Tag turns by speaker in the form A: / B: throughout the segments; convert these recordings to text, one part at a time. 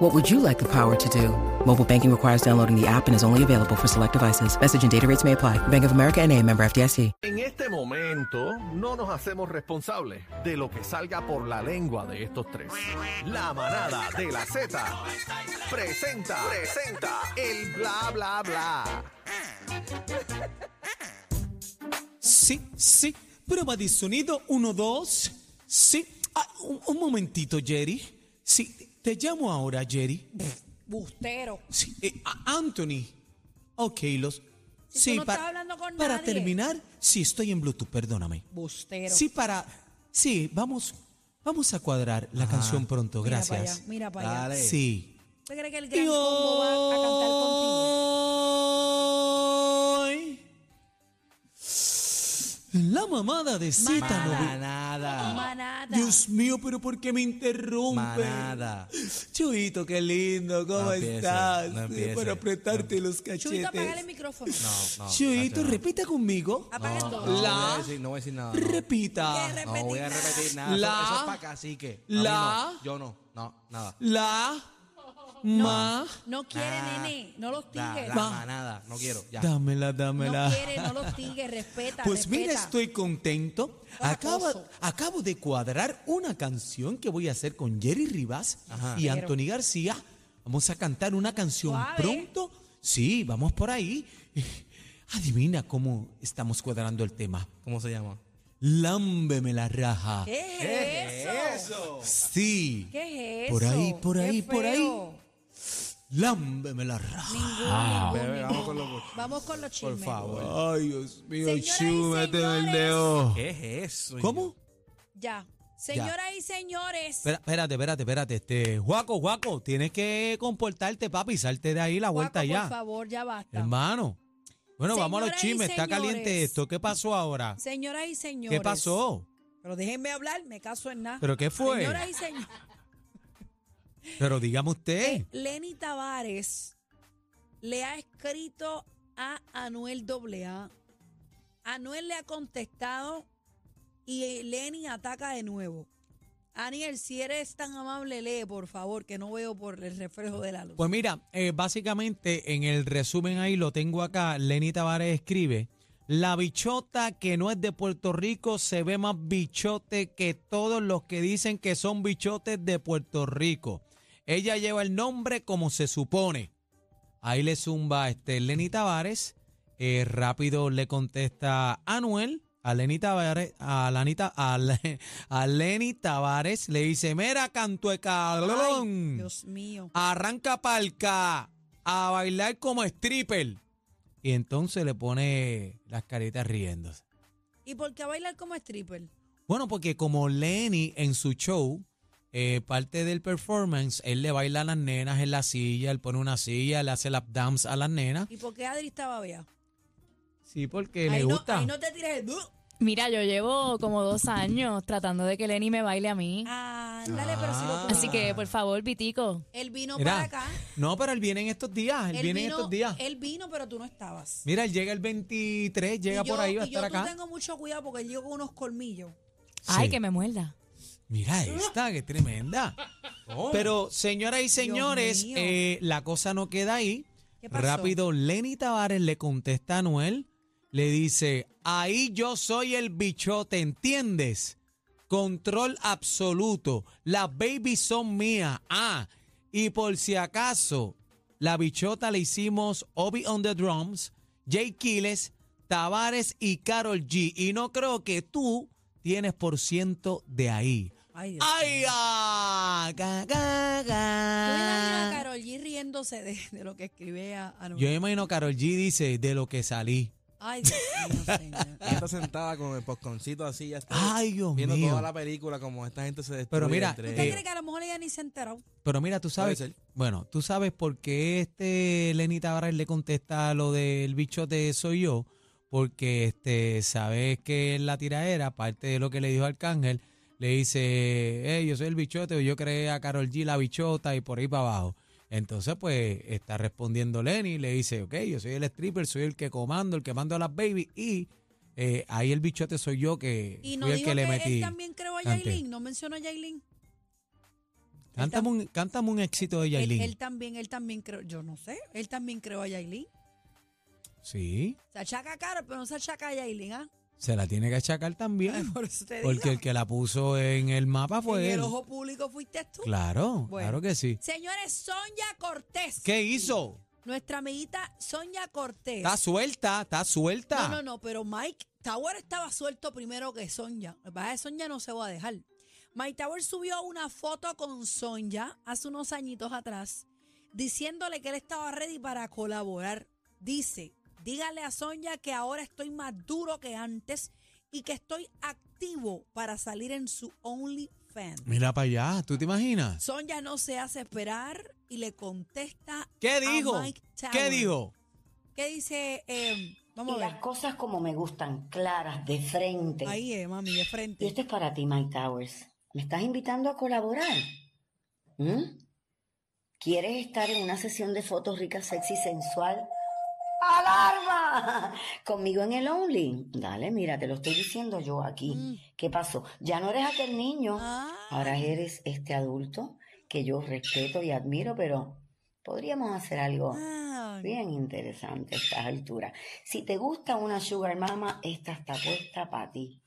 A: What would you like the power to do? Mobile banking requires downloading the app and is only available for select devices. Message and data rates may apply. Bank of America and a member FDIC.
B: En este momento no nos hacemos responsables de lo que salga por la lengua de estos tres. La manada de la Z presenta, presenta el bla bla bla.
C: Sí, sí. Prueba de sonido. Uno, dos. Sí. Ah, un, un momentito, Jerry. Sí, te- te llamo ahora, Jerry.
D: Bustero.
C: Sí, eh, a- Anthony. Ok, los.
D: Si tú no estás hablando con
C: para
D: nadie.
C: terminar, sí, estoy en Bluetooth, perdóname.
D: Bustero.
C: Sí, para. Sí, vamos. Vamos a cuadrar la canción pronto,
D: Mira pa' allá,
C: gracias.
D: Mira para allá.
C: Sí.
D: ¿Usted cree que el gran
C: Y
D: combo va a cantar contigo?
C: hoy. La mamada de Zeta no
E: Manada.
D: Manada.
C: Dios mío, pero ¿por qué me interrumpe?
E: Manada.
C: Chuito, qué lindo, ¿cómo
E: No empieces,
C: estás?
E: no empieces,
C: Para apretarte los
D: Chuito, apaga
C: cachetes.
D: el micrófono.
E: No, no,
C: Chuito,
E: Nacho, no.
C: repita conmigo.
D: Apaga el todo.
E: No,
C: La-
E: No voy a decir, no voy a decir nada. No,
D: Que
C: Repita.
D: re-
E: No voy a repetir nada. Eso-
C: La-
E: Eso, es para cacique. A mí
C: La-
E: no. Yo no. No, nada.
C: La ma. Ah.
D: No quiere,
E: Nah.
D: nene. No los
E: La,
D: tigues.
E: la manada. No quiero. Ya.
C: Dámela, dámela.
D: No quiere, no los tigues. Respeta,
C: Pues mira,
D: respeta.
C: estoy contento.
D: No es
C: Acaba-
D: acoso.
C: acabo de cuadrar una canción que voy a hacer con Jerry Rivas y Anthony García. Vamos a cantar una canción
D: Suave.
C: pronto. Sí, vamos por ahí. Adivina cómo estamos cuadrando el tema.
E: ¿Cómo se llama?
C: Lámbeme la raja.
D: ¿Qué es eso?
C: Sí.
D: ¿Qué es eso?
C: Por ahí, por
D: Qué
C: ahí, por ahí.
D: feo.
C: Lámbeme la raja. Ah.
D: Ninguno, ninguno,
E: Bebé, vamos
D: ninguno.
E: con los
D: Vamos con los chismes.
E: Por favor.
C: Ay, Dios mío,
D: Señoras y
C: chúmate
D: señores.
E: ¿Qué es eso?
C: ¿Cómo?
D: Ya. Señoras y señores.
C: Espera- Espérate, espérate, espérate. Este, Juaco, Juaco, tienes que comportarte, papi, salte de ahí la
D: Juaco,
C: vuelta ya.
D: Por favor, ya basta.
C: Hermano. Bueno, vamos a los
D: Señoras y
C: chismes. Está
D: señores.
C: caliente esto. ¿Qué pasó ahora?
D: Señoras y señores.
C: ¿Qué pasó?
D: Pero déjenme hablar, me caso en nada.
C: ¿Pero qué fue?
D: Señoras y señores.
C: Pero dígame
D: Eh,
C: usted.
D: Lenny Tavares le ha escrito a Anuel AA. Anuel le ha contestado y Lenny ataca de nuevo. Aniel, si eres tan amable, lee, por favor, que no veo por el reflejo de la luz.
C: Pues mira, eh, básicamente en el resumen ahí lo tengo acá. Lenny Tavares escribe: La bichota que no es de Puerto Rico se ve más bichote que todos los que dicen que son bichotes de Puerto Rico. Ella lleva el nombre como se supone. Ahí le zumba este Lenny Tavares. eh, rápido le contesta Anuel a Lenny Tavares. A, Lani Ta- a, Le- a Lenny Tavares le dice: Mira, canto de
D: Ay,
C: cabrón.
D: Dios mío.
C: Arranca palca a bailar como stripper. Y entonces le pone las caritas riéndose.
D: ¿Y por qué bailar como stripper?
C: Bueno, porque como Lenny en su show, eh, parte del performance, él le baila a las nenas en la silla, él pone una silla, le hace lap dance a las nenas.
D: ¿Y por qué Adri estaba vea?
C: Sí, porque le
D: ahí no,
C: gusta.
D: ahí no te tires el... ¡Uh! bu-
F: Mira, yo llevo como dos años tratando de que Lenny me baile a mí.
D: Ah, Ándale, pero si lo
F: Así que, por favor, Vitico.
D: Él vino
C: Ah. Mira,
D: para acá.
C: no, pero él viene en estos días, él, viene en
D: vino,
C: estos días.
D: Él vino, pero tú no estabas.
C: Mira, él llega el 23, llega
D: Y yo-
C: por ahí, va a
D: y yo
C: estar
D: tú
C: acá.
D: tengo mucho cuidado porque él llegó con unos colmillos.
F: Ay,
C: Sí.
F: que me muerda.
C: Mira esta, que tremenda. Pero, señoras y señores,
D: Oh. mío.
C: eh, la cosa no queda ahí.
D: ¿Qué pasó?
C: Rápido, Lenny Tavares le contesta a Noel, le dice, ahí yo soy el bichote, ¿entiendes? Control absoluto, las babies son mías. Ah, y por si acaso, la bichota le hicimos Obi on the drums, Jay Quiles, Tavares y Carol G. Y no creo que tú tienes por ciento de ahí.
D: Ay, Dios.
C: ¡Ay, ah! Ga, ga,
D: Yo me
C: ga.
D: imagino a Carol G riéndose de, de lo que escribe a, a Noel.
C: ah. Yo me imagino Carol G dice de lo que salí.
D: Ay, Dios mío, señor.
E: Ella está sentada con el popcorncito así. Ya está
C: Ay, Dios
E: viendo
C: mío.
E: toda la película como esta gente se destruye.
C: Pero mira,
E: entre
D: ¿Usted
C: Eh.
D: cree que a lo mejor ella ni se enteró?
C: Pero mira, tú sabes,
E: Puede ser.
C: bueno, tú sabes por qué este Lenny Tavares le contesta lo del bichote soy yo, porque este, sabes que en la tiradera, aparte de lo que le dijo Arcángel, le dice, hey, yo soy el bichote, yo creé a Carol G la bichota y por ahí para abajo. Entonces, pues, está respondiendo Lenny, le dice, ok, yo soy el stripper, soy el que comando, el que mando a las babies, y eh, ahí el bichote soy yo que
D: Y no
C: fui el
D: dijo
C: que le
D: él
C: metí.
D: también creó a
C: antes.
D: Yailin, no mencionó a Yailin.
C: Cántame un, cántame un éxito de Yailin.
D: Él, él también, él también creó, yo no sé, él también creó a Yailin.
C: sí,
D: Se achaca a Carol, pero no se achaca a Yailin, ¿ah?
C: se la tiene que achacar también,
D: Por eso te
C: porque
D: digo.
C: el que la puso en el mapa fue
D: en el
C: él.
D: ojo público fuiste tú.
C: Claro,
D: Bueno.
C: claro que sí.
D: Señores, Sonia Cortés.
C: ¿Qué hizo?
D: Nuestra amiguita Sonia Cortés.
C: Está suelta, está suelta.
D: No, no, no, pero Mike Tower estaba suelto primero que Sonja. Lo que pasa es que Sonja no se va a dejar. Mike Tower subió una foto con Sonja hace unos añitos atrás, diciéndole que él estaba ready para colaborar. Dice, dígale a Sonja que ahora estoy más duro que antes y que estoy activo para salir en su OnlyFans.
C: Mira para allá, ¿tú te imaginas?
D: Sonja no se hace esperar y le contesta
C: ¿Qué
D: a
C: dijo?
D: Mike
C: ¿Qué
D: Tower.
C: dijo?
D: ¿Qué dice? eh, vamos
G: Y
D: a
G: las
D: ver.
G: cosas como me gustan, claras, de frente.
D: Ahí es, mami, de frente.
G: Y esto es para ti, Mike Towers. ¿Me estás invitando a colaborar? ¿Mm? ¿Quieres estar en una sesión de fotos rica, sexy, sensual? ¡Alarma! Conmigo en el Only. Dale, mira, te lo estoy diciendo yo aquí. ¿Qué pasó? Ya no eres aquel niño.
D: Mm. Ah.
G: Ahora eres este adulto que yo respeto y admiro, pero podríamos hacer algo.
D: Ah,
G: Bien interesante a estas alturas. Si te gusta una sugar mama, esta está puesta para ti.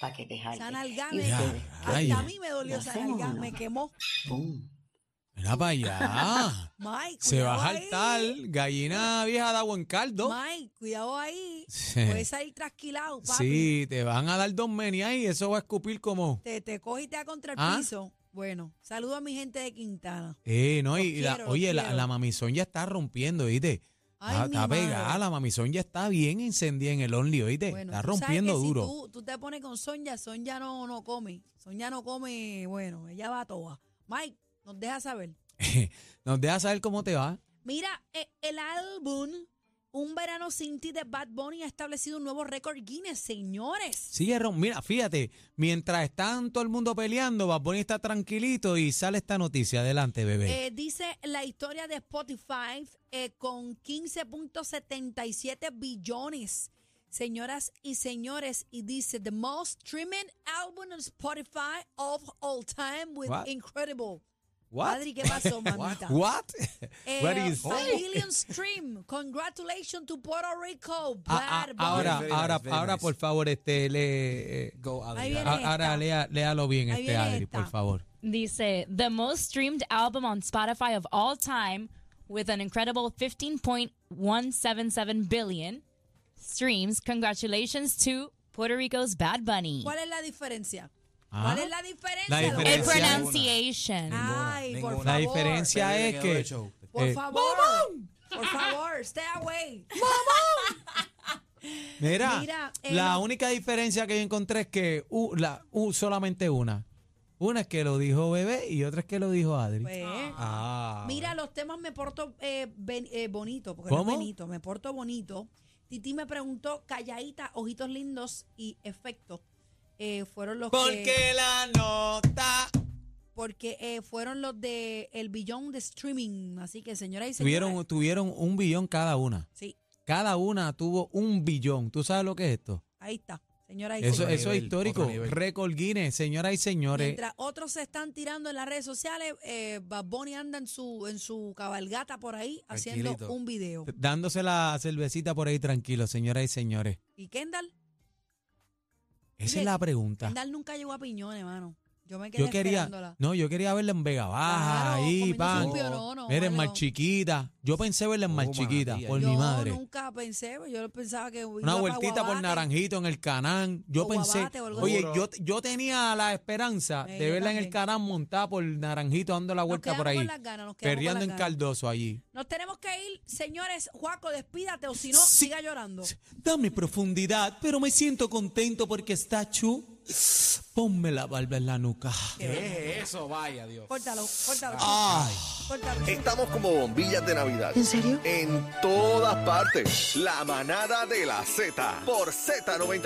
G: Para que te jale.
D: esa nalga
G: Y
D: me-
G: ustedes,
D: Hasta a mí me dolió
G: ¿Lo
D: esa
G: hacemos
D: nalga,
G: o no?
D: me quemó.
G: ¡pum!
C: Mira para allá.
D: Mike,
C: Se va a
D: cuidado ahí.
C: jaltar, gallina vieja da buen caldo.
D: Mike, cuidado ahí.
C: Sí.
D: Puedes salir trasquilado, papi.
C: Sí, te van a dar dos menias y eso va a escupir como...
D: Te, te coge y te da contra el
C: Ah.
D: piso. Bueno, saludo a mi gente de Quintana.
C: Eh, no, y
D: Los
C: la-
D: quiero, los
C: oye, la,
D: quiero.
C: la mamizón ya está rompiendo, ¿oíste?
D: Ay,
C: está
D: mi
C: está
D: madre.
C: pegada, la mamizón ya está bien encendida en el Only, ¿oíste?
D: Bueno,
C: Eh, está
D: tú sabes
C: rompiendo
D: que si
C: duro.
D: tú, tú te pones con Sonja, Sonja no, no come. Sonja no come, bueno, ella va a toa. Mike, nos deja saber.
C: Nos deja saber cómo te va.
D: Mira, eh, el álbum Un Verano Sin Ti de Bad Bunny ha establecido un nuevo récord Guinness, señores.
C: Sigue rom- Mira, fíjate, mientras están todo el mundo peleando, Bad Bunny está tranquilito y sale esta noticia. Adelante, bebé.
D: Eh, dice la historia de Spotify eh, con 15.77 billones, señoras y señores, y dice The Most Streamed Album on Spotify of All Time with
C: What?
D: Incredible.
C: What?
D: Adri, ¿qué pasó, mamita?
C: What?
D: Eh,
C: What do you say?
D: a million stream. Congratulations to Puerto Rico.
C: Ah, ah,
D: Bad Bunny.
C: ahora,
E: Very nice,
C: ahora,
E: very
C: ahora,
E: nice.
C: por favor, este, le, eh,
E: Go, Adri,
D: Ahí viene.
C: a- ahora
D: esta.
C: lea- léalo bien,
D: Ahí
C: este
D: viene
C: Adri,
D: esta.
C: por favor.
F: Dice, the most streamed album on Spotify of all time with an incredible 15.177 billion streams. Congratulations to Puerto Rico's Bad Bunny.
D: ¿Cuál es la diferencia?
C: Ah.
D: ¿Cuál es la diferencia?
C: La
D: Lo voy a
F: El
C: diferencia-
D: decir.
F: pronunciation.
D: Ay,
E: Ninguna,
D: por
E: ninguna.
C: La
D: favor.
C: diferencia
E: Pero
C: es
E: le quedó de
C: que...
E: show.
D: Por
C: eh,
D: favor. Por favor, stay away.
C: Mira,
D: Mira, eh,
C: la
D: no.
C: única diferencia que yo encontré es que u- la, u- solamente una. Una es que lo dijo Bebé y otra es que lo dijo Adri.
D: Pues,
C: ah,
D: Mira, los temas me porto eh, ben- eh, bonito, porque no es
C: ¿Cómo?
D: bonito, me porto bonito. Titi me preguntó, calladita, ojitos lindos y efectos. eh, fueron los que,
C: Porque la nota.
D: porque eh, fueron los de el billón de streaming, así que señoras y señores.
C: Tuvieron, tuvieron un billón cada una.
D: Sí,
C: Cada una tuvo un billón. ¿Tú sabes lo que es esto?
D: ahí está, señoras y
C: Eso,
E: otro
D: señores.
C: eso es
E: nivel,
C: histórico.
E: otro nivel.
C: Récord Guinness, señoras y señores.
D: Mientras otros se están tirando en las redes sociales, eh, Bad Bunny anda en su, en su cabalgata por ahí haciendo
E: Tranquilito.
D: un video.
C: Dándose la cervecita por ahí tranquilo, señoras y señores.
D: ¿Y Kendall?
C: Esa
D: Oye,
C: es la pregunta.
D: Kendall nunca llegó a Piñones, hermano. Yo me quedé
C: Yo quería,
D: esperándola.
C: no, yo quería verla en Vega Baja,
D: Claro,
C: ahí,
D: comiéndose
C: pan.
D: un pionono,
C: Eres
D: algo.
C: más chiquita. Yo pensé verla en
E: Oh,
C: más chiquita,
E: manatí,
C: por
D: yo
C: mi madre.
D: nunca pensé, pues, yo pensaba que iba
C: Una
D: pa'
C: vueltita por
D: Guabate.
C: Naranjito en el Canán. Yo
D: O
C: pensé,
D: Guabate o algo
C: oye,
D: así.
C: yo, yo tenía la esperanza
D: Eh,
C: de
D: yo
C: verla en el
D: también.
C: Canán montada por Naranjito dando la
D: Nos
C: vuelta por
D: quedamos
C: ahí.
D: con las ganas, nos quedamos con
C: Perreando
D: las
C: en
D: ganas.
C: Cardoso allí.
D: Nos tenemos que ir, señores. Juaco, despídate o si no,
C: Sí.
D: siga llorando.
C: Dame profundidad, pero me siento contento porque está Chu Ponme la barba en la nuca.
E: ¿Qué es eso? Vaya, Dios.
D: Córtalo, córtalo. Córtalo.
B: Estamos como bombillas de Navidad. ¿En serio? En todas partes. La manada de la Z por Z93.